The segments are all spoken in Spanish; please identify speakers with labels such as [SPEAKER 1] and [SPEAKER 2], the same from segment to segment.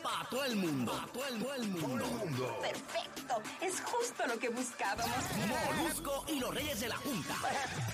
[SPEAKER 1] para todo el mundo. Pa' todo el mundo.
[SPEAKER 2] Perfecto, es justo lo que buscábamos.
[SPEAKER 1] Molusco y los Reyes de la Junta.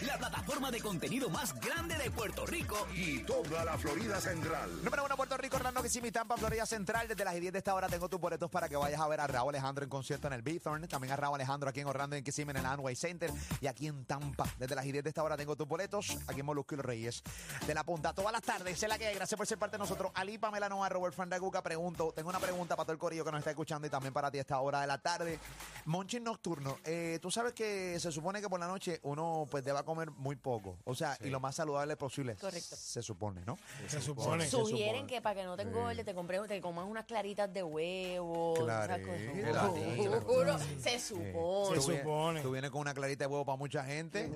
[SPEAKER 1] La plataforma de contenido más grande de Puerto Rico.
[SPEAKER 3] y toda la Florida Central.
[SPEAKER 4] Número uno, Puerto Rico, Hernando Kissimmee, Tampa, Florida Central. Desde las 10 de esta hora tengo tus boletos para que vayas a ver a Raúl Alejandro en concierto en el Bithorn. También a Raúl Alejandro aquí en Orlando, en Kissimmee, en el Anway Center. Y aquí en Tampa. Desde las 10 de esta hora tengo tus boletos. Aquí en Molusco y los Reyes. De la punta, todas las tardes. Es la que hay. Gracias por ser parte de nosotros. Ali Pamela Nova, Robert Fandaguca. Pregunto, tengo una pregunta para todo el corillo que nos está escuchando y también para ti a esta hora de la tarde. Monchi Nocturno, eh, tú sabes que se supone que por la noche uno pues deba comer muy poco. O sea, y lo más saludable posible.
[SPEAKER 5] Correcto.
[SPEAKER 4] Se supone, ¿no?
[SPEAKER 6] Se supone.
[SPEAKER 5] Sugieren que para que no te engordes, te, compres, te comas unas claritas de huevo. esas
[SPEAKER 4] Claritas,
[SPEAKER 5] cosas.
[SPEAKER 4] gelatina,
[SPEAKER 5] Juro, se supone.
[SPEAKER 6] Se
[SPEAKER 4] Tú vie-
[SPEAKER 6] supone.
[SPEAKER 4] Tú vienes con una clarita de huevo para mucha gente.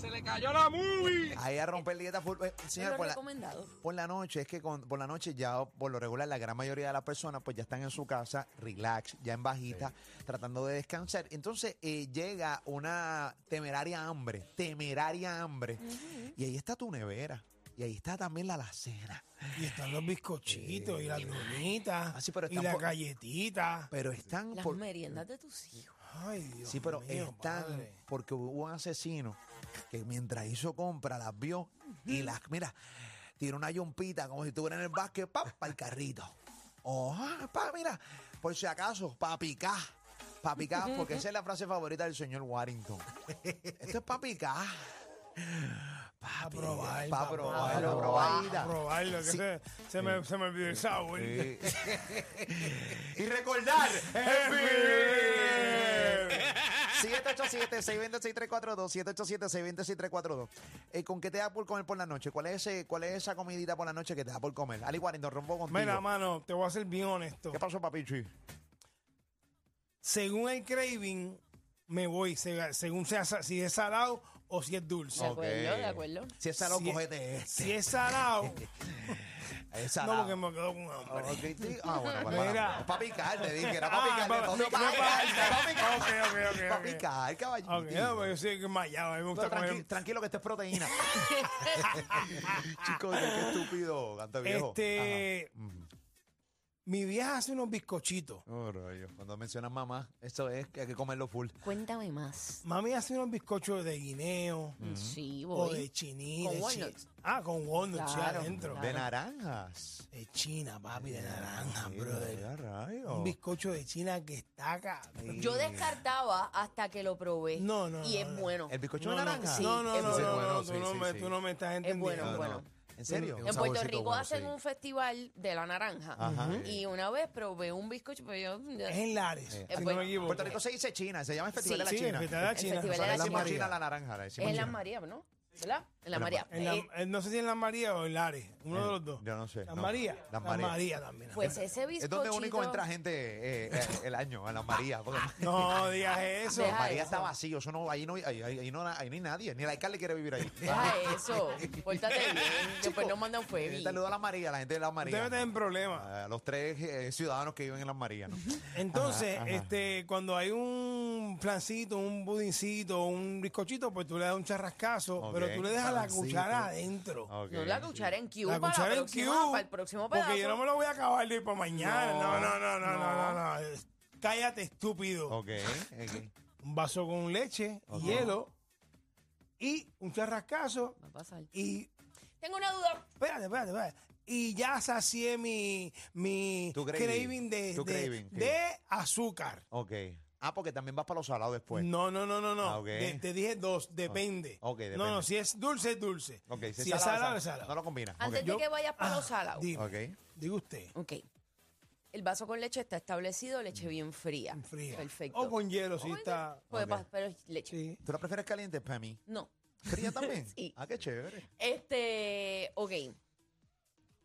[SPEAKER 7] Se le cayó la movie.
[SPEAKER 4] Ahí a romper dieta full. Eh,
[SPEAKER 5] Es
[SPEAKER 4] señor,
[SPEAKER 5] lo
[SPEAKER 4] por la,
[SPEAKER 5] recomendado.
[SPEAKER 4] por la noche, es que con- por la noche ya, por lo regular, la gran mayoría de las personas pues ya están en su casa, relax, ya en bajita, tratando de descansar. Entonces eh, llega una temeraria hambre, temeraria hambre. Y ahí está tu nevera. Y ahí está también la alacena.
[SPEAKER 6] Y están los bizcochitos, y las donitas,
[SPEAKER 4] Eh, Ah, sí, pero
[SPEAKER 6] y
[SPEAKER 4] están
[SPEAKER 6] las
[SPEAKER 4] por-
[SPEAKER 6] galletitas.
[SPEAKER 4] Pero están
[SPEAKER 5] Las
[SPEAKER 4] por...
[SPEAKER 5] meriendas de tus hijos.
[SPEAKER 6] Ay, Dios
[SPEAKER 4] Sí, pero
[SPEAKER 6] mío,
[SPEAKER 4] están
[SPEAKER 6] padre.
[SPEAKER 4] porque hubo un asesino que mientras hizo compra las vio y las, mira, tiró una yumpita como si estuviera en el básquet, pa, para el carrito. Oh, ah, pa, mira, por si acaso, pa picar, pa picar, porque esa es la frase favorita del señor Warrington. Esto es pa picar. Pa
[SPEAKER 6] probar,
[SPEAKER 4] pa
[SPEAKER 6] pa
[SPEAKER 4] probar,
[SPEAKER 6] probar,
[SPEAKER 4] pa probadita.
[SPEAKER 6] A probarlo, que
[SPEAKER 4] Sí.
[SPEAKER 6] se, se me, se me olvidó el sabor.
[SPEAKER 4] Sí. y recordar, en fin. 787-620-6342. 787-620-6342. Eh, ¿Con qué te da por comer por la noche? ¿Cuál es, ese, ¿Cuál es esa comidita por la noche que te da por comer? Ali Warrington, rompo contigo.
[SPEAKER 6] Mira, mano, te voy a ser bien honesto.
[SPEAKER 4] ¿Qué pasó, papichi?
[SPEAKER 6] Según el craving, me voy. se- según sea, sa- si es salado o si es dulce.
[SPEAKER 5] De acuerdo, de acuerdo.
[SPEAKER 4] Si es salado,
[SPEAKER 6] Si es-
[SPEAKER 4] cógete este.
[SPEAKER 6] Si es salado,
[SPEAKER 4] Es
[SPEAKER 6] no,
[SPEAKER 4] salado.
[SPEAKER 6] porque me quedo con hambre.
[SPEAKER 4] Ok, sí. Ah, bueno, para,
[SPEAKER 6] Mira.
[SPEAKER 4] para, para picar, te dije, era para
[SPEAKER 6] Ah,
[SPEAKER 4] picar,
[SPEAKER 6] pa-
[SPEAKER 4] no,
[SPEAKER 6] no,
[SPEAKER 4] para
[SPEAKER 6] no,
[SPEAKER 4] picar,
[SPEAKER 6] pa-
[SPEAKER 4] para picar.
[SPEAKER 6] ok, ok, ok,
[SPEAKER 4] Para
[SPEAKER 6] ok.
[SPEAKER 4] picar, caballito.
[SPEAKER 6] Ok, no, pues, pero yo soy mayado, a mí me
[SPEAKER 4] No,
[SPEAKER 6] gusta
[SPEAKER 4] tranqui-
[SPEAKER 6] comer.
[SPEAKER 4] tranquilo que esto es proteína. Chicos, qué estúpido, canta viejo.
[SPEAKER 6] Este, mi vieja hace unos bizcochitos.
[SPEAKER 4] Ajá. Oh, rayo. Cuando mencionas mamá, eso es que hay que comerlo full.
[SPEAKER 5] Cuéntame más.
[SPEAKER 6] Mami hace unos bizcochos de guineo
[SPEAKER 5] Sí,
[SPEAKER 6] o de
[SPEAKER 5] voy.
[SPEAKER 6] chinita.
[SPEAKER 5] Con
[SPEAKER 6] de chi-
[SPEAKER 5] walnuts.
[SPEAKER 6] Ah, con walnuts sí,
[SPEAKER 5] Claro,
[SPEAKER 6] adentro.
[SPEAKER 5] claro.
[SPEAKER 4] De naranjas.
[SPEAKER 6] De China, papi, de
[SPEAKER 4] Sí,
[SPEAKER 6] naranja, Ah, brother.
[SPEAKER 4] ya, rayo.
[SPEAKER 6] Un bizcocho de China que está acá.
[SPEAKER 5] Yo descartaba hasta que lo probé.
[SPEAKER 6] No, no,
[SPEAKER 5] Y
[SPEAKER 6] no,
[SPEAKER 5] es
[SPEAKER 6] no.
[SPEAKER 5] bueno.
[SPEAKER 4] ¿El bizcocho
[SPEAKER 6] No,
[SPEAKER 4] de
[SPEAKER 6] no,
[SPEAKER 4] naranja?
[SPEAKER 5] sí,
[SPEAKER 6] no, no,
[SPEAKER 5] es
[SPEAKER 6] no,
[SPEAKER 5] bueno.
[SPEAKER 6] no, no,
[SPEAKER 4] Bueno,
[SPEAKER 6] tú,
[SPEAKER 4] sí,
[SPEAKER 6] no
[SPEAKER 4] sí,
[SPEAKER 6] me,
[SPEAKER 4] sí.
[SPEAKER 6] tú no me estás
[SPEAKER 5] Es
[SPEAKER 6] entendiendo.
[SPEAKER 5] bueno, es
[SPEAKER 4] No,
[SPEAKER 5] bueno.
[SPEAKER 4] no. ¿En serio?
[SPEAKER 5] En Puerto Rico hacen
[SPEAKER 4] un
[SPEAKER 5] un festival de la naranja.
[SPEAKER 4] Ajá.
[SPEAKER 5] Y una vez probé un bizcocho, pero yo.
[SPEAKER 6] Es en Lares, si no
[SPEAKER 5] bueno.
[SPEAKER 6] me equivoco.
[SPEAKER 4] Puerto Rico se dice China, se llama el Festival
[SPEAKER 5] Sí.
[SPEAKER 4] de la
[SPEAKER 6] Sí,
[SPEAKER 4] China.
[SPEAKER 6] en Festival de la
[SPEAKER 5] El
[SPEAKER 6] China.
[SPEAKER 5] Festival
[SPEAKER 4] O
[SPEAKER 5] de
[SPEAKER 4] sea,
[SPEAKER 5] la
[SPEAKER 4] le decimos
[SPEAKER 5] China.
[SPEAKER 4] China a la naranja, la decimos
[SPEAKER 5] en la
[SPEAKER 4] China.
[SPEAKER 5] María, ¿no? ¿Verdad? En la
[SPEAKER 4] En la
[SPEAKER 5] María.
[SPEAKER 6] En la-
[SPEAKER 5] Eh,
[SPEAKER 6] en- no sé si en Las María o en Lares, uno de los dos.
[SPEAKER 4] yo no sé,
[SPEAKER 6] Las
[SPEAKER 4] no.
[SPEAKER 6] María.
[SPEAKER 4] Las
[SPEAKER 6] Las
[SPEAKER 4] María.
[SPEAKER 6] María también.
[SPEAKER 5] Pues ese bizcocho.
[SPEAKER 4] Es donde único entra gente eh, eh, el año, a la María. porque-
[SPEAKER 6] No digas eso.
[SPEAKER 5] Deja
[SPEAKER 4] María
[SPEAKER 5] eso.
[SPEAKER 4] está vacío, eso no, ahí no, ahí, ahí- ahí no, ahí no hay nadie, ni el alcalde quiere vivir ahí.
[SPEAKER 5] Deja Ah, eso. Pórtate bien. Después
[SPEAKER 4] Chico,
[SPEAKER 5] nos mandan
[SPEAKER 4] Eh,
[SPEAKER 5] fuego.
[SPEAKER 4] Saludo a las María, a la gente de las
[SPEAKER 6] Usted
[SPEAKER 4] María.
[SPEAKER 6] no en problemas.
[SPEAKER 4] A los tres eh, ciudadanos que viven en las Marías, ¿no?
[SPEAKER 6] Entonces, este, cuando hay un flancito, un budincito, un bizcochito, pues tú le das un charrascazo,
[SPEAKER 4] Ok.
[SPEAKER 6] pero tú le
[SPEAKER 4] Flancito.
[SPEAKER 6] dejas la cuchara adentro.
[SPEAKER 4] Ok.
[SPEAKER 5] No la cuchara en Q
[SPEAKER 6] La
[SPEAKER 5] para,
[SPEAKER 6] cuchara
[SPEAKER 5] la
[SPEAKER 6] en
[SPEAKER 5] próxima-
[SPEAKER 6] Q.
[SPEAKER 5] para el próximo pedazo.
[SPEAKER 6] Porque yo no me lo voy a acabar de ir para mañana. No, no, no, no, no, no. no, Cállate, estúpido.
[SPEAKER 4] Ok, ok.
[SPEAKER 6] Un vaso con leche, hielo y un charrascazo
[SPEAKER 5] Va a pasar.
[SPEAKER 6] y...
[SPEAKER 5] Tengo una duda.
[SPEAKER 6] Espérate, espérate, espérate. Y ya sacié mi, mi
[SPEAKER 4] Tu craving.
[SPEAKER 6] craving de,
[SPEAKER 4] Tu
[SPEAKER 6] de-
[SPEAKER 4] craving, sí.
[SPEAKER 6] de azúcar.
[SPEAKER 4] Ok. Ah, porque también vas para los salados después.
[SPEAKER 6] No, no, no, no, no.
[SPEAKER 4] Ah, ok.
[SPEAKER 6] De- te dije dos, depende.
[SPEAKER 4] ok,
[SPEAKER 6] No, no,
[SPEAKER 4] depende.
[SPEAKER 6] si es dulce, es dulce.
[SPEAKER 4] Ok, si es
[SPEAKER 6] es
[SPEAKER 4] salado,
[SPEAKER 6] salado, es
[SPEAKER 4] sal-
[SPEAKER 6] salado. Ah,
[SPEAKER 4] No lo combinas.
[SPEAKER 5] Antes
[SPEAKER 4] Ok.
[SPEAKER 5] de que vayas para los salados.
[SPEAKER 6] Dime,
[SPEAKER 4] Ok.
[SPEAKER 6] diga usted.
[SPEAKER 5] Ok. El vaso con leche está establecido, leche bien fría.
[SPEAKER 6] Fría.
[SPEAKER 5] Perfecto.
[SPEAKER 6] O con hielo,
[SPEAKER 5] O
[SPEAKER 6] si
[SPEAKER 5] con-
[SPEAKER 6] está.
[SPEAKER 5] puede
[SPEAKER 4] Ok.
[SPEAKER 5] pas- pero es leche.
[SPEAKER 6] Sí.
[SPEAKER 4] ¿Tú la prefieres caliente, Pammy?
[SPEAKER 5] No.
[SPEAKER 4] ¿Fría también?
[SPEAKER 5] Sí.
[SPEAKER 4] Ah, qué chévere.
[SPEAKER 5] Este, ok.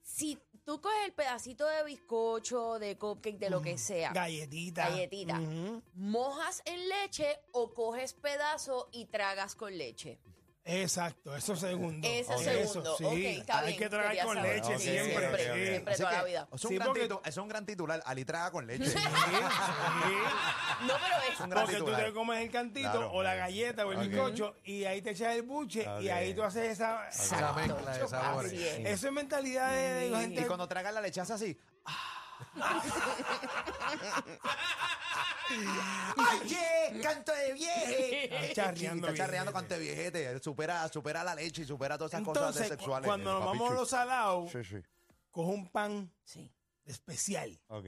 [SPEAKER 5] Si tú coges el pedacito de bizcocho, de cupcake, de
[SPEAKER 6] Mm,
[SPEAKER 5] lo que sea,
[SPEAKER 6] Galletita.
[SPEAKER 5] Galletita.
[SPEAKER 6] Ujú.
[SPEAKER 5] mojas en leche o coges pedazo y tragas con leche.
[SPEAKER 6] Exacto, eso segundo.
[SPEAKER 5] Eso
[SPEAKER 6] Ok.
[SPEAKER 5] segundo.
[SPEAKER 6] sí.
[SPEAKER 5] Ok, está
[SPEAKER 6] Hay
[SPEAKER 5] bien,
[SPEAKER 6] que tragar
[SPEAKER 5] quería
[SPEAKER 6] con
[SPEAKER 5] saber.
[SPEAKER 6] leche
[SPEAKER 4] Ok,
[SPEAKER 6] siempre.
[SPEAKER 4] ok, ok, ok.
[SPEAKER 6] sí.
[SPEAKER 5] siempre,
[SPEAKER 4] Así
[SPEAKER 5] toda
[SPEAKER 4] que
[SPEAKER 5] la vida.
[SPEAKER 4] Es un,
[SPEAKER 6] Sí,
[SPEAKER 4] gran
[SPEAKER 6] porque-
[SPEAKER 4] titu- es un gran titular. Ali traga con leche.
[SPEAKER 6] Sí, sí.
[SPEAKER 5] No, pero es
[SPEAKER 4] un gran
[SPEAKER 6] Porque tú
[SPEAKER 4] titular.
[SPEAKER 6] te comes el cantito
[SPEAKER 4] Claro.
[SPEAKER 6] o la galleta o el
[SPEAKER 4] Ok.
[SPEAKER 6] bizcocho y ahí te echas el buche y
[SPEAKER 4] Ok.
[SPEAKER 6] ahí tú haces esa...
[SPEAKER 4] Esa mezcla de sabores.
[SPEAKER 5] Así es.
[SPEAKER 6] Eso es mentalidad de, de gente...
[SPEAKER 4] Y cuando tragas la lechaza así. ¡ah! ¡Oye! ¡Canto de vieje!
[SPEAKER 6] Está charreando
[SPEAKER 4] Está charreando
[SPEAKER 6] bien,
[SPEAKER 4] canto de viejete. Supera, supera la leche y supera todas esas cosas
[SPEAKER 6] Entonces, cu-
[SPEAKER 4] sexuales.
[SPEAKER 6] cuando nos
[SPEAKER 4] Papi
[SPEAKER 6] vamos a
[SPEAKER 4] chu-
[SPEAKER 6] los salados,
[SPEAKER 4] Sí, sí.
[SPEAKER 6] cojo un pan
[SPEAKER 5] Sí.
[SPEAKER 6] especial,
[SPEAKER 4] Ok.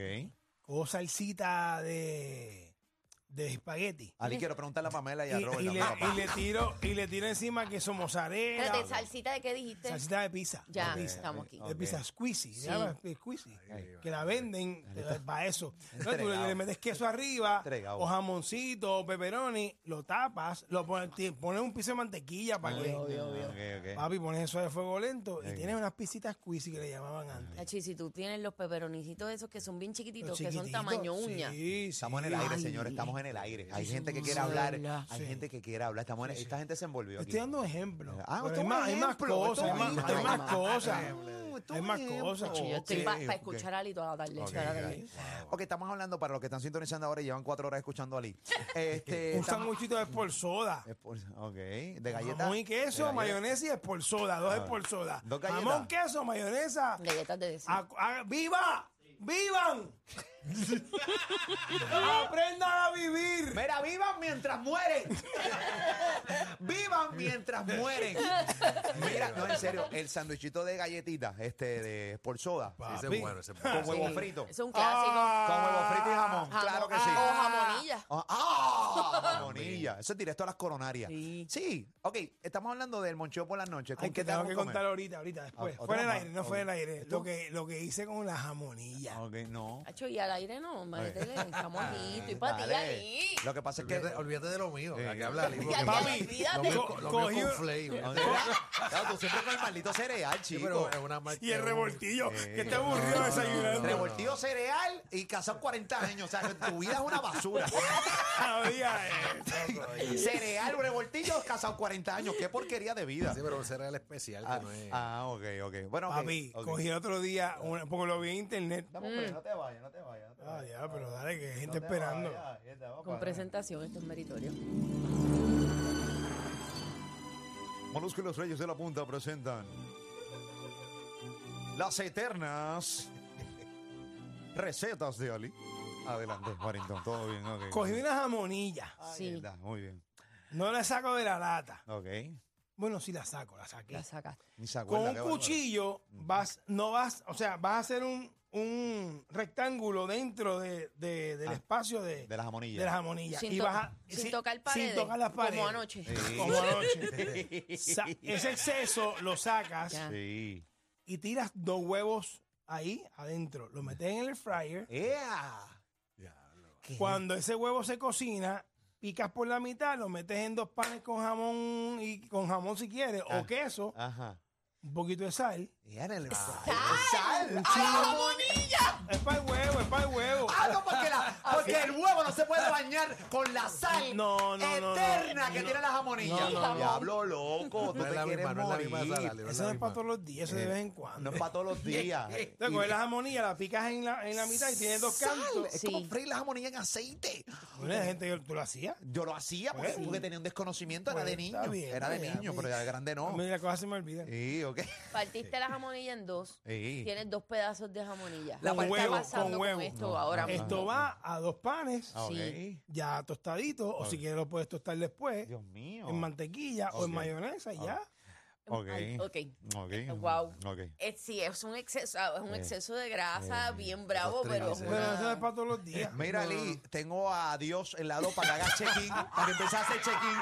[SPEAKER 6] cojo salsita de, de espagueti.
[SPEAKER 4] Ali, quiero preguntarle a Pamela y a
[SPEAKER 6] Y,
[SPEAKER 4] Robert.
[SPEAKER 6] y le,
[SPEAKER 4] también, papá.
[SPEAKER 6] y le tiro, y le tiro encima que son mozzarella,
[SPEAKER 5] Espérate, ¿salsita de qué dijiste?
[SPEAKER 6] salsita de pizza.
[SPEAKER 5] Ya,
[SPEAKER 6] de pizza.
[SPEAKER 5] estamos aquí.
[SPEAKER 6] de pizza squeezy, se llama squeezy, que la venden para eso. Entonces tú
[SPEAKER 4] Entregado.
[SPEAKER 6] le, le metes queso arriba,
[SPEAKER 4] Entregado.
[SPEAKER 6] o jamoncito, o pepperoni, lo tapas, lo pones, ti- pones un piso de mantequilla para que...
[SPEAKER 4] Ok, ok.
[SPEAKER 6] Papi, pones eso de fuego lento y tienes unas pisitas squeezy que le llamaban antes.
[SPEAKER 5] Nachi, si tú tienes los peperonicitos esos que son bien chiquititos,
[SPEAKER 6] Los
[SPEAKER 5] que son
[SPEAKER 6] chiquititos,
[SPEAKER 5] tamaño uña.
[SPEAKER 6] sí,
[SPEAKER 4] Estamos en
[SPEAKER 6] sí.
[SPEAKER 4] el aire,
[SPEAKER 6] Ay,
[SPEAKER 4] señores. Estamos en el aire. Hay gente que quiere hablar. Hay gente que quiere hablar. Estamos en- Esta gente se envolvió aquí.
[SPEAKER 6] Estoy dando ejemplos.
[SPEAKER 4] Ah,
[SPEAKER 6] pero
[SPEAKER 4] esto
[SPEAKER 6] hay
[SPEAKER 4] es
[SPEAKER 6] más,
[SPEAKER 4] un
[SPEAKER 6] hay más
[SPEAKER 4] ejemplo, esto
[SPEAKER 6] cosas,
[SPEAKER 4] es
[SPEAKER 6] hay
[SPEAKER 4] un
[SPEAKER 6] más,
[SPEAKER 4] ejemplo.
[SPEAKER 6] hay más
[SPEAKER 4] Ah,
[SPEAKER 6] cosas.
[SPEAKER 4] ejemplo, esto es
[SPEAKER 6] Hay
[SPEAKER 4] un
[SPEAKER 6] más
[SPEAKER 4] ejemplo.
[SPEAKER 6] cosas.
[SPEAKER 5] Sí, yo estoy
[SPEAKER 4] Ok,
[SPEAKER 5] para
[SPEAKER 4] ok.
[SPEAKER 5] escuchar a Ali toda la tarde.
[SPEAKER 4] Ok,
[SPEAKER 5] toda la tarde.
[SPEAKER 4] ok. Ok, estamos hablando para los que están sintonizando ahora y llevan cuatro horas escuchando a Ali. Este,
[SPEAKER 6] Un
[SPEAKER 4] estamos-
[SPEAKER 6] sanguchito de por soda.
[SPEAKER 4] Es por- Ok, de galleta.
[SPEAKER 6] Jamón y
[SPEAKER 4] de
[SPEAKER 6] queso,
[SPEAKER 4] galleta. Ah,
[SPEAKER 6] mayonesa y por soda. Dos por soda.
[SPEAKER 4] Dos galletas.
[SPEAKER 6] Jamón, queso, mayonesa.
[SPEAKER 5] Galletas de decir.
[SPEAKER 6] A- a- ¡Viva! ¡Vivan! ¡Aprendan a vivir!
[SPEAKER 4] Mira, vivan mientras mueren. vivan mientras mueren. Mira, no, en serio, el sándwichito de galletitas, este, de por soda,
[SPEAKER 3] Ese
[SPEAKER 6] Papi.
[SPEAKER 3] es bueno, ese es
[SPEAKER 4] con
[SPEAKER 3] bueno.
[SPEAKER 4] huevo
[SPEAKER 5] Sí,
[SPEAKER 4] frito.
[SPEAKER 5] Es un clásico.
[SPEAKER 6] ah,
[SPEAKER 4] Con huevo frito y jamón,
[SPEAKER 5] Jamón-
[SPEAKER 4] claro que
[SPEAKER 5] ah,
[SPEAKER 4] sí.
[SPEAKER 5] O jamonilla.
[SPEAKER 4] Ah, ah, jamonilla. Eso es directo a las coronarias. Sí.
[SPEAKER 5] Sí.
[SPEAKER 4] Ok, estamos hablando del moncheo por las noches. ¿Con
[SPEAKER 6] Hay que
[SPEAKER 4] qué te
[SPEAKER 6] tengo
[SPEAKER 4] vas a
[SPEAKER 6] que
[SPEAKER 4] comer?
[SPEAKER 6] contar ahorita, ahorita, después.
[SPEAKER 4] Ah,
[SPEAKER 6] Fuera del
[SPEAKER 4] otra
[SPEAKER 6] aire,
[SPEAKER 4] más.
[SPEAKER 6] no fuera del
[SPEAKER 4] Ok.
[SPEAKER 6] aire. Lo que, lo que hice con la jamonilla.
[SPEAKER 4] Ok, no.
[SPEAKER 5] Hacho, y al aire no, métele el jamonjito y para ti
[SPEAKER 4] Dale.
[SPEAKER 5] Pues, ahí.
[SPEAKER 4] Lo que pasa es que.
[SPEAKER 3] Olvídate, olvídate de lo mío. Hay que hablar. Lo
[SPEAKER 5] Ya,
[SPEAKER 6] Papi,
[SPEAKER 3] mío-
[SPEAKER 5] olvídate.
[SPEAKER 3] lo mío lo mío
[SPEAKER 6] Cogí-
[SPEAKER 3] es con Flay.
[SPEAKER 4] No, Claro, tú siempre con el maldito cereal,
[SPEAKER 3] Sí,
[SPEAKER 4] chico.
[SPEAKER 3] pero es una marca-
[SPEAKER 6] Y el revoltillo, que está aburrido
[SPEAKER 4] Ah,
[SPEAKER 3] no,
[SPEAKER 6] desayunando.
[SPEAKER 4] Revoltido cereal y casado 40 años. O sea, que tu vida es una basura.
[SPEAKER 6] Ah, diga, eh.
[SPEAKER 4] cereal, revoltillo, casado 40 años. Qué porquería de vida.
[SPEAKER 3] Sí, pero un cereal especial
[SPEAKER 4] Ah,
[SPEAKER 3] que no es.
[SPEAKER 4] ah, ok, ok. Bueno, ok,
[SPEAKER 6] Papi,
[SPEAKER 4] ok.
[SPEAKER 6] cogí el otro día, una- porque lo vi en internet.
[SPEAKER 4] Vamos, pero no te vayas, no te vayas. no te
[SPEAKER 6] Ah,
[SPEAKER 4] vayas.
[SPEAKER 6] ya, pero dale, que hay gente
[SPEAKER 4] No te
[SPEAKER 6] esperando.
[SPEAKER 4] vayas, ya te vamos
[SPEAKER 5] Con
[SPEAKER 4] para-
[SPEAKER 5] presentación, esto es meritorio.
[SPEAKER 4] Molusco y los Reyes de la Punta presentan Las Eternas Recetas de Ali. Adelante, Warrington, todo bien, ok.
[SPEAKER 6] Cogí una jamonilla.
[SPEAKER 4] Ahí
[SPEAKER 5] Sí.
[SPEAKER 4] está, muy bien.
[SPEAKER 6] No la saco de la lata.
[SPEAKER 4] Ok.
[SPEAKER 6] Bueno, sí la saco, la saqué.
[SPEAKER 5] La sacaste.
[SPEAKER 4] Ni se
[SPEAKER 6] Con
[SPEAKER 4] acuerda,
[SPEAKER 6] un
[SPEAKER 4] qué bárbaro.
[SPEAKER 6] cuchillo vas, no vas, o sea, vas a hacer un, un rectángulo dentro de, de- del espacio de,
[SPEAKER 4] de la jamonilla.
[SPEAKER 6] de la jamonilla.
[SPEAKER 5] Sin,
[SPEAKER 6] y
[SPEAKER 5] to-
[SPEAKER 6] vas a-
[SPEAKER 5] sin tocar paredes.
[SPEAKER 6] Sin tocar las paredes.
[SPEAKER 5] Como anoche.
[SPEAKER 4] Sí.
[SPEAKER 6] Como anoche. Sa- ese exceso lo sacas
[SPEAKER 5] Ya.
[SPEAKER 4] Sí.
[SPEAKER 6] y tiras dos huevos ahí adentro. Lo metes en el fryer.
[SPEAKER 4] ¡Ea!
[SPEAKER 6] Cuando ese huevo se cocina, picas por la mitad, lo metes en dos panes con jamón y con jamón si quieres,
[SPEAKER 4] Ah.
[SPEAKER 6] o queso,
[SPEAKER 4] Ajá.
[SPEAKER 6] un poquito de sal.
[SPEAKER 4] Y en
[SPEAKER 6] Ah.
[SPEAKER 4] el sal.
[SPEAKER 6] ¡A la Es para el huevo, es para el huevo.
[SPEAKER 4] Ah, no, porque, la- porque el huevo no se puede bañar con la sal
[SPEAKER 6] No, no, no, no.
[SPEAKER 4] eterna que tiene la jamonilla.
[SPEAKER 6] No, no, no.
[SPEAKER 4] Diablo loco, tú
[SPEAKER 3] No es
[SPEAKER 4] te
[SPEAKER 3] la
[SPEAKER 4] quieres
[SPEAKER 3] misma, no es la
[SPEAKER 4] morir.
[SPEAKER 3] misma sal, Ale, no es
[SPEAKER 6] Eso
[SPEAKER 3] la
[SPEAKER 6] no es para
[SPEAKER 3] misma.
[SPEAKER 6] todos los días, eso de vez en
[SPEAKER 4] Eh, No
[SPEAKER 6] cuando.
[SPEAKER 4] es para todos los días.
[SPEAKER 6] Te coges la jamonilla, la picas en, la, en la mitad y tienes dos
[SPEAKER 4] Sal,
[SPEAKER 6] cantos.
[SPEAKER 4] Es como
[SPEAKER 5] Sí.
[SPEAKER 4] freír la jamonilla en aceite.
[SPEAKER 6] Bueno, hay gente que tú lo hacías.
[SPEAKER 4] Yo lo hacía porque,
[SPEAKER 6] Pues,
[SPEAKER 4] porque tenía un desconocimiento, era
[SPEAKER 6] Pues,
[SPEAKER 4] de
[SPEAKER 6] está
[SPEAKER 4] niño.
[SPEAKER 6] bien,
[SPEAKER 4] era de
[SPEAKER 6] está bien.
[SPEAKER 4] niño, pero ya de grande
[SPEAKER 6] A
[SPEAKER 4] no.
[SPEAKER 6] mí la cosa se me olvida.
[SPEAKER 4] Sí, ok.
[SPEAKER 5] Partiste la jamonilla en dos.
[SPEAKER 4] Sí.
[SPEAKER 5] Tienes dos pedazos de jamonilla.
[SPEAKER 6] La
[SPEAKER 5] ¿Qué está
[SPEAKER 6] huevo,
[SPEAKER 5] pasando
[SPEAKER 6] con
[SPEAKER 5] con,
[SPEAKER 6] huevo.
[SPEAKER 5] esto ahora mismo?
[SPEAKER 6] Esto va a dos panes,
[SPEAKER 4] Ah, ok.
[SPEAKER 5] Sí.
[SPEAKER 6] ya tostaditos, o si quieres lo puedes tostar después,
[SPEAKER 4] Dios mío.
[SPEAKER 6] en mantequilla o en
[SPEAKER 4] Ok.
[SPEAKER 6] mayonesa y ya.
[SPEAKER 5] Ok. Este,
[SPEAKER 8] Ok. Ok.
[SPEAKER 5] Wow.
[SPEAKER 8] Ok.
[SPEAKER 5] Eh, sí, es un exceso, ah, es un
[SPEAKER 8] Eh,
[SPEAKER 5] exceso de grasa
[SPEAKER 8] eh,
[SPEAKER 5] bien bravo,
[SPEAKER 3] esos
[SPEAKER 5] pero es
[SPEAKER 3] tríceps.
[SPEAKER 6] Pero eso es
[SPEAKER 5] una...
[SPEAKER 6] para todos los días.
[SPEAKER 4] Mira,
[SPEAKER 6] No, no,
[SPEAKER 4] Lee, tengo a Dios en la lado para que haga check-in, para que empiece a hacer check-in.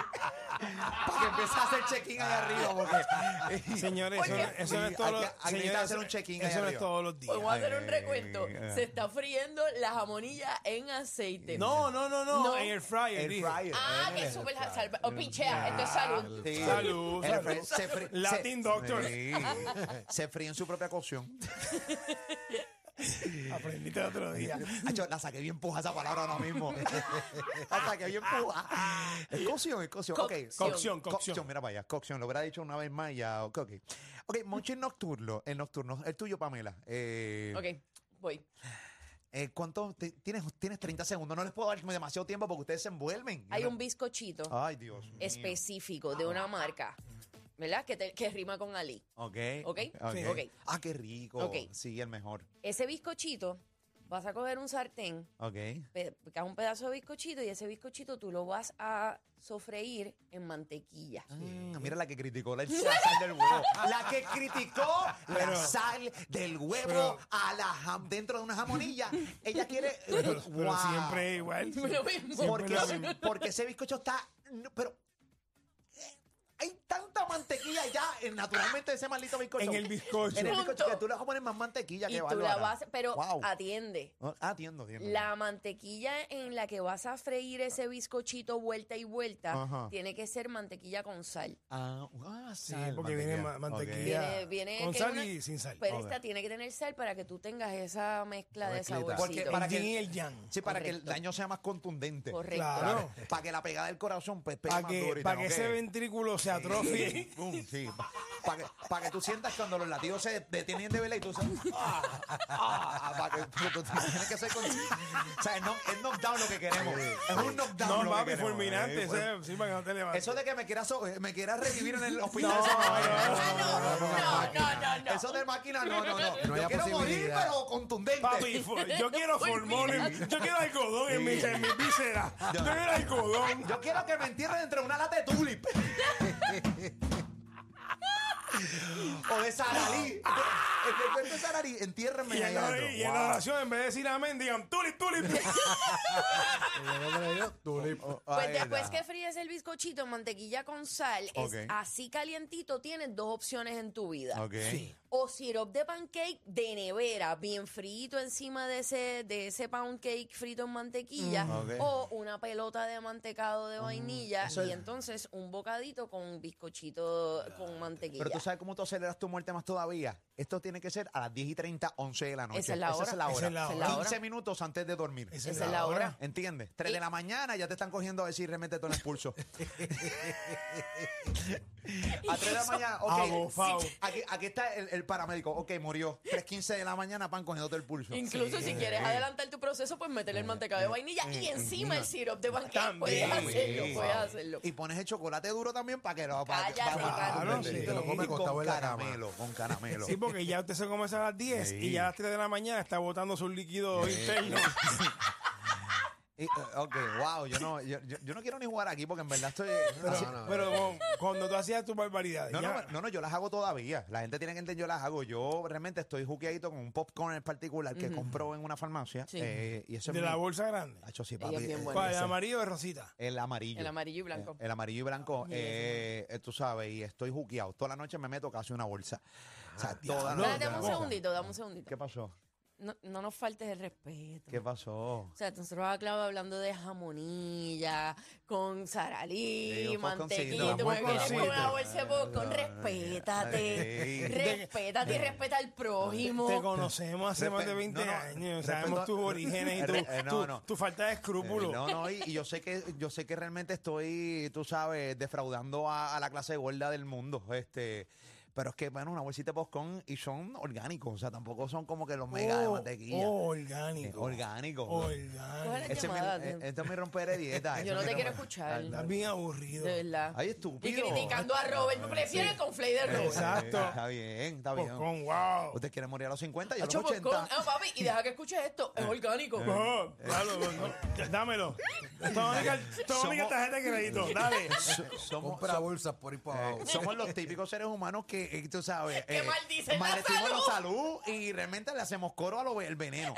[SPEAKER 4] Para que empiece a hacer check-in allá arriba, porque.
[SPEAKER 6] no. Señores, eso, no-
[SPEAKER 4] Porque-
[SPEAKER 6] eso no
[SPEAKER 4] Sí,
[SPEAKER 6] es todos
[SPEAKER 4] hay
[SPEAKER 6] los
[SPEAKER 4] que- hay que
[SPEAKER 6] señores,
[SPEAKER 4] hacer un
[SPEAKER 6] eso-
[SPEAKER 4] check-in ahí
[SPEAKER 6] Eso no es
[SPEAKER 4] arriba.
[SPEAKER 6] todos los días.
[SPEAKER 5] Pues voy a hacer un
[SPEAKER 8] Ay,
[SPEAKER 5] recuento.
[SPEAKER 8] ah.
[SPEAKER 5] Se está friendo la jamonilla en aceite.
[SPEAKER 6] No, no, no, no.
[SPEAKER 5] No.
[SPEAKER 6] En el fryer.
[SPEAKER 4] El
[SPEAKER 6] dije.
[SPEAKER 4] fryer.
[SPEAKER 5] Ah,
[SPEAKER 4] eh,
[SPEAKER 5] que
[SPEAKER 4] el
[SPEAKER 5] súper
[SPEAKER 4] fryer.
[SPEAKER 5] salva. O pichea, esto es Ah, salud.
[SPEAKER 4] Sí.
[SPEAKER 6] Salud,
[SPEAKER 4] El
[SPEAKER 6] salud.
[SPEAKER 4] fryer Se, fri- se-
[SPEAKER 6] Latin Doctor.
[SPEAKER 8] Sí.
[SPEAKER 4] se fríe en su propia cocción.
[SPEAKER 6] Aprendiste el otro día.
[SPEAKER 4] Acho, la saqué bien puja esa palabra ahora mismo. la saqué bien puja. Es cocción, es cocción. Ok.
[SPEAKER 6] Cocción, cocción.
[SPEAKER 4] Mira para allá, cocción. Lo hubiera dicho una vez más y ya. Ok, ok. Ok, Monchi nocturno. El nocturno. El tuyo, Pamela. Eh,
[SPEAKER 5] Ok, voy.
[SPEAKER 4] eh, ¿Cuánto? te- tienes, tienes 30 segundos. No les puedo dar demasiado tiempo porque ustedes se envuelven.
[SPEAKER 5] Hay un bizcochito
[SPEAKER 4] Ay, Dios. mío.
[SPEAKER 5] específico de una marca, ¿verdad? Que, te- que rima con Ali.
[SPEAKER 4] Ok.
[SPEAKER 5] Ok.
[SPEAKER 6] Sí.
[SPEAKER 4] Ok.
[SPEAKER 5] Ok.
[SPEAKER 4] Ah, qué rico.
[SPEAKER 5] Ok.
[SPEAKER 4] Sí, el mejor.
[SPEAKER 5] Ese bizcochito, vas a coger un sartén,
[SPEAKER 4] Ok.
[SPEAKER 5] pe- picas un pedazo de bizcochito y ese bizcochito tú lo vas a sofreír en mantequilla.
[SPEAKER 4] Mm, mira la que criticó la, la sal del huevo. La que criticó la sal del huevo a la jam- dentro de una jamonilla. Ella quiere.
[SPEAKER 6] Pero, pero
[SPEAKER 4] Wow.
[SPEAKER 6] siempre es igual.
[SPEAKER 5] Lo mismo.
[SPEAKER 4] Porque,
[SPEAKER 6] lo mismo.
[SPEAKER 4] porque ese bizcocho está. no, pero. eh, Hay tanta mantequilla ya eh, naturalmente ese maldito bizcocho.
[SPEAKER 6] En el bizcocho.
[SPEAKER 4] En el bizcocho
[SPEAKER 5] Punto.
[SPEAKER 4] que tú le vas a poner más mantequilla
[SPEAKER 5] Y
[SPEAKER 4] que
[SPEAKER 5] tú
[SPEAKER 4] bárbara.
[SPEAKER 5] la vas, pero
[SPEAKER 4] Wow.
[SPEAKER 5] atiende.
[SPEAKER 4] Ah, atiendo, atiendo.
[SPEAKER 5] La mantequilla en la que vas a freír ese bizcochito vuelta y vuelta
[SPEAKER 4] Ajá.
[SPEAKER 5] tiene que sal. tiene que ser mantequilla con sal.
[SPEAKER 4] Ah, ah,
[SPEAKER 6] Sí,
[SPEAKER 4] sal,
[SPEAKER 6] porque viene ma-
[SPEAKER 4] Ok.
[SPEAKER 5] Viene-
[SPEAKER 6] mantequilla.
[SPEAKER 5] viene
[SPEAKER 6] con
[SPEAKER 5] que
[SPEAKER 6] sal
[SPEAKER 5] una-
[SPEAKER 6] y sin sal.
[SPEAKER 5] Pero
[SPEAKER 4] Ok.
[SPEAKER 5] esta tiene que tener sal para que tú tengas esa mezcla de
[SPEAKER 3] Mezclita.
[SPEAKER 5] saborcito.
[SPEAKER 4] Porque
[SPEAKER 6] El
[SPEAKER 4] para
[SPEAKER 6] yin
[SPEAKER 4] que-
[SPEAKER 6] y el yang.
[SPEAKER 4] Sí, para que el
[SPEAKER 5] Correcto.
[SPEAKER 4] daño sea más contundente.
[SPEAKER 5] Correcto.
[SPEAKER 6] Claro.
[SPEAKER 4] Para que la pegada del corazón pues, pegue
[SPEAKER 6] Para
[SPEAKER 4] más
[SPEAKER 6] que,
[SPEAKER 4] durita,
[SPEAKER 6] Ah, pa' que
[SPEAKER 4] ¿ok?
[SPEAKER 6] ese ventrículo se atrofie.
[SPEAKER 4] Pum, sí. Para que, pa' que tú sientas cuando los latidos se detienen de verla y tú sabes. Ah, ah, pa' que tú, tú tienes que ser consciente. O sea, es, knock- es knockdown lo que queremos. Es un knockdown.
[SPEAKER 6] No,
[SPEAKER 4] lo que
[SPEAKER 6] papi,
[SPEAKER 4] queremos.
[SPEAKER 6] fulminante.
[SPEAKER 4] Eh, pues,
[SPEAKER 6] ese- Sí, para que no te levantes.
[SPEAKER 4] Eso de que me quieras so- me quieras revivir en el hospital.
[SPEAKER 6] No,
[SPEAKER 4] eso
[SPEAKER 5] Ah, no, no, no, no, no.
[SPEAKER 4] Eso de máquina, no, no, no.
[SPEAKER 3] No
[SPEAKER 4] Yo
[SPEAKER 3] haya
[SPEAKER 4] quiero morir,
[SPEAKER 3] posibilidad.
[SPEAKER 4] pero contundente.
[SPEAKER 6] Papi, fu- yo quiero formol, yo quiero algodón en mi, en mi víscera. Yo quiero algodón.
[SPEAKER 4] Yo quiero que me entierren entre una lata de tulip. o de Saralí. El cuento de Saralí, entiérrenme
[SPEAKER 6] Y en,
[SPEAKER 4] ahí
[SPEAKER 6] la,
[SPEAKER 4] adentro.
[SPEAKER 6] y en la
[SPEAKER 4] Wow.
[SPEAKER 6] oración, en vez de decir amén, digan tulip, tulip.
[SPEAKER 5] Pues
[SPEAKER 4] Ahí
[SPEAKER 5] después
[SPEAKER 4] está.
[SPEAKER 5] que fríes el bizcochito en mantequilla con sal, es
[SPEAKER 8] Ok.
[SPEAKER 5] así calientito, tienes dos opciones en tu vida.
[SPEAKER 8] Ok.
[SPEAKER 5] O sirope de pancake de nevera, bien frito encima de ese, de ese pound cake frito en mantequilla,
[SPEAKER 4] Mm,
[SPEAKER 8] ok.
[SPEAKER 5] o una pelota de mantecado de vainilla,
[SPEAKER 4] eso
[SPEAKER 5] y
[SPEAKER 4] es-
[SPEAKER 5] entonces un bocadito con bizcochito con mantequilla.
[SPEAKER 4] Pero tú sabes cómo tú aceleras tu muerte más todavía. Esto tiene que ser a las 10 y 30, 11 de la noche.
[SPEAKER 5] Esa es la hora.
[SPEAKER 4] Esa es la hora.
[SPEAKER 6] Esa es la hora.
[SPEAKER 4] 15 minutos antes de dormir.
[SPEAKER 5] Esa es la hora.
[SPEAKER 4] ¿Entiendes? 3
[SPEAKER 5] Y-
[SPEAKER 4] de la mañana ya te están cogiendo a decir remete todo el expulso. a 3 de la mañana, ok.
[SPEAKER 6] Abofao.
[SPEAKER 4] Aquí, aquí está el, el paramédico. Ok, murió. 3.15 de la mañana, pan cogiéndote el pulso.
[SPEAKER 5] Incluso si quieres adelantar tu proceso, pues métele
[SPEAKER 4] Mm,
[SPEAKER 5] el mantecado de vainilla y encima el sirope de pancake. Puedes
[SPEAKER 6] También.
[SPEAKER 5] hacerlo, puedes hacerlo.
[SPEAKER 4] Y pones el chocolate duro también para que lo para,
[SPEAKER 5] Cállate,
[SPEAKER 3] Claro, sí. Te lo comes
[SPEAKER 4] Y
[SPEAKER 3] acostado
[SPEAKER 4] con
[SPEAKER 3] en la cama.
[SPEAKER 4] caramelo, con caramelo.
[SPEAKER 6] Sí, porque ya usted se comienza a las 10 y ya a las 3 de la mañana está botando sus líquidos internos.
[SPEAKER 4] Y, eh, ok, wow, yo no, yo, yo- yo no quiero ni jugar aquí porque en verdad estoy.
[SPEAKER 3] No,
[SPEAKER 4] así-
[SPEAKER 3] no, no.
[SPEAKER 6] Pero como- cuando tú hacías tus barbaridades.
[SPEAKER 4] no,
[SPEAKER 6] ya.
[SPEAKER 4] no, no, no, yo las hago todavía. La gente tiene que entender, yo las hago. Yo realmente estoy juqueadito con un popcorn en particular que compro en una farmacia.
[SPEAKER 5] Sí.
[SPEAKER 4] eh, y eso es
[SPEAKER 6] de
[SPEAKER 4] mi-
[SPEAKER 6] la bolsa grande.
[SPEAKER 4] Hacho, sí,
[SPEAKER 5] Ella
[SPEAKER 4] papi,
[SPEAKER 5] es bien
[SPEAKER 4] eh,
[SPEAKER 5] buena.
[SPEAKER 6] ¿Cuál?
[SPEAKER 4] ese-
[SPEAKER 6] ¿El amarillo o el rosita?
[SPEAKER 4] El amarillo.
[SPEAKER 5] El amarillo y blanco.
[SPEAKER 4] Eh, El amarillo y blanco, eh, eh, tú sabes, y estoy juqueado. Toda la noche me meto casi una bolsa. O sea,
[SPEAKER 6] Ah,
[SPEAKER 4] toda la
[SPEAKER 5] Espérate,
[SPEAKER 4] noche.
[SPEAKER 5] dame un segundito, dame un segundito.
[SPEAKER 4] ¿Qué pasó?
[SPEAKER 5] No, no nos faltes el respeto.
[SPEAKER 4] ¿Qué pasó?
[SPEAKER 5] O sea, nosotros acabamos hablando de jamonilla, con
[SPEAKER 4] Sí,
[SPEAKER 5] saralí,
[SPEAKER 4] un popcorncito,
[SPEAKER 5] mantequilla, y tú
[SPEAKER 6] un
[SPEAKER 5] me vienes con
[SPEAKER 6] popcorncito.
[SPEAKER 5] una bolsa de popcorn. Respétate,
[SPEAKER 4] Sí.
[SPEAKER 5] respétate y respeta al prójimo.
[SPEAKER 6] Te conocemos hace
[SPEAKER 4] Respe-
[SPEAKER 6] más de 20
[SPEAKER 4] no, no,
[SPEAKER 6] años,
[SPEAKER 4] respeto-
[SPEAKER 6] sabemos tus orígenes y tu,
[SPEAKER 4] Eh, eh, no,
[SPEAKER 6] tu-
[SPEAKER 4] no.
[SPEAKER 6] tu falta de escrúpulos.
[SPEAKER 4] Eh, no, no, y, y yo sé que yo sé que realmente estoy, tú sabes, defraudando a, a la clase gorda del mundo, este, Pero es que, bueno, una bolsita de postcón y son orgánicos. O sea, tampoco son como que los mega de mantequilla.
[SPEAKER 6] Oh,
[SPEAKER 4] Eh,
[SPEAKER 6] orgánico.
[SPEAKER 4] orgánico.
[SPEAKER 6] Orgánico.
[SPEAKER 5] Coge la
[SPEAKER 4] Ese es mi,
[SPEAKER 5] llamada,
[SPEAKER 4] eh, esto es mi romper de dieta.
[SPEAKER 5] Yo no
[SPEAKER 4] Ese
[SPEAKER 5] te
[SPEAKER 4] es mi
[SPEAKER 5] quiero
[SPEAKER 4] romper-
[SPEAKER 5] escuchar.
[SPEAKER 6] Estás bien aburrido.
[SPEAKER 5] De verdad.
[SPEAKER 4] eh, Ay,
[SPEAKER 5] Y
[SPEAKER 4] estúpido.
[SPEAKER 5] criticando a Robert. Me prefiere con Flay de Robert.
[SPEAKER 6] Exacto.
[SPEAKER 4] Está bien, está bien.
[SPEAKER 6] Postcón, wow.
[SPEAKER 4] Usted quiere morir a los 50, yo a los Eh,
[SPEAKER 5] Ocho
[SPEAKER 4] 80.
[SPEAKER 5] popcorn. Ah, papi, y deja que escuches esto. Es orgánico.
[SPEAKER 6] No, oh, claro, no, no. Ya, Dámelo. Toma mi, car- toma mi
[SPEAKER 4] Somos-
[SPEAKER 6] tarjeta de crédito. Dale.
[SPEAKER 4] So- somos,
[SPEAKER 3] Compra
[SPEAKER 4] so-
[SPEAKER 3] bolsas por ahí para
[SPEAKER 4] eh,
[SPEAKER 5] Oh.
[SPEAKER 3] abajo.
[SPEAKER 4] somos los típicos seres humanos que, eh, tú sabes,
[SPEAKER 5] Que maldicen la
[SPEAKER 4] maldecimos la salud y realmente le hacemos coro a lo, el veneno.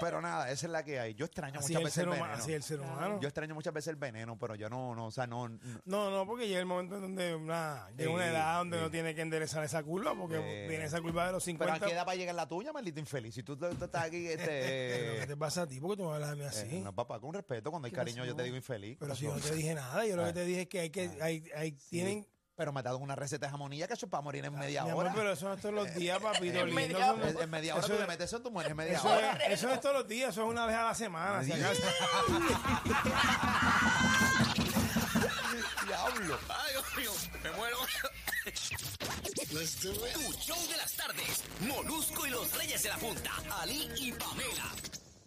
[SPEAKER 4] Pero nada, esa es la que hay. Yo extraño
[SPEAKER 6] Así
[SPEAKER 4] muchas
[SPEAKER 6] es el
[SPEAKER 4] veces
[SPEAKER 6] ser
[SPEAKER 4] el
[SPEAKER 6] humano.
[SPEAKER 4] veneno.
[SPEAKER 6] Así es el ser humano.
[SPEAKER 4] Yo extraño muchas veces el veneno, pero yo no, no, o sea, no. no-
[SPEAKER 6] No, no, porque llega el momento en donde nada, llega una
[SPEAKER 4] Sí,
[SPEAKER 6] edad donde
[SPEAKER 4] sí.
[SPEAKER 6] no tiene que enderezar esa curva, porque
[SPEAKER 4] Sí.
[SPEAKER 6] viene esa curva de los
[SPEAKER 4] Pero
[SPEAKER 6] 50.
[SPEAKER 4] ¿a qué edad va a llegar la tuya, maldito infeliz? Si tú, tú estás aquí,
[SPEAKER 6] Pero,
[SPEAKER 4] este.
[SPEAKER 6] ¿Qué te pasa a ti? Porque tú me hablas a mí así.
[SPEAKER 4] eh, no, papá, con respeto, cuando hay cariño yo te digo infeliz.
[SPEAKER 6] Pero si yo no te dije nada, yo lo
[SPEAKER 4] Ah.
[SPEAKER 6] que te dije es que hay que, hay, hay, tienen,
[SPEAKER 4] Pero me ha dado una receta de jamonilla que eso es para morir en media
[SPEAKER 6] Ah, mi amor,
[SPEAKER 4] hora. Eh,
[SPEAKER 6] pero eso no es todos los días, papito
[SPEAKER 5] En
[SPEAKER 6] lindo.
[SPEAKER 5] media
[SPEAKER 6] eso no-
[SPEAKER 4] En- en media hora
[SPEAKER 6] eso
[SPEAKER 4] tú le
[SPEAKER 6] es-
[SPEAKER 4] metes eso a tu mujer en media
[SPEAKER 6] Eso,
[SPEAKER 4] hora.
[SPEAKER 6] es, eso no es todos los días, eso es una vez a la semana. si acaso.
[SPEAKER 4] Diablo.
[SPEAKER 7] Ay, Dios mío, me muero. Tu show de las tardes. Molusco y los Reyes de la Punta. Ali y Pamela.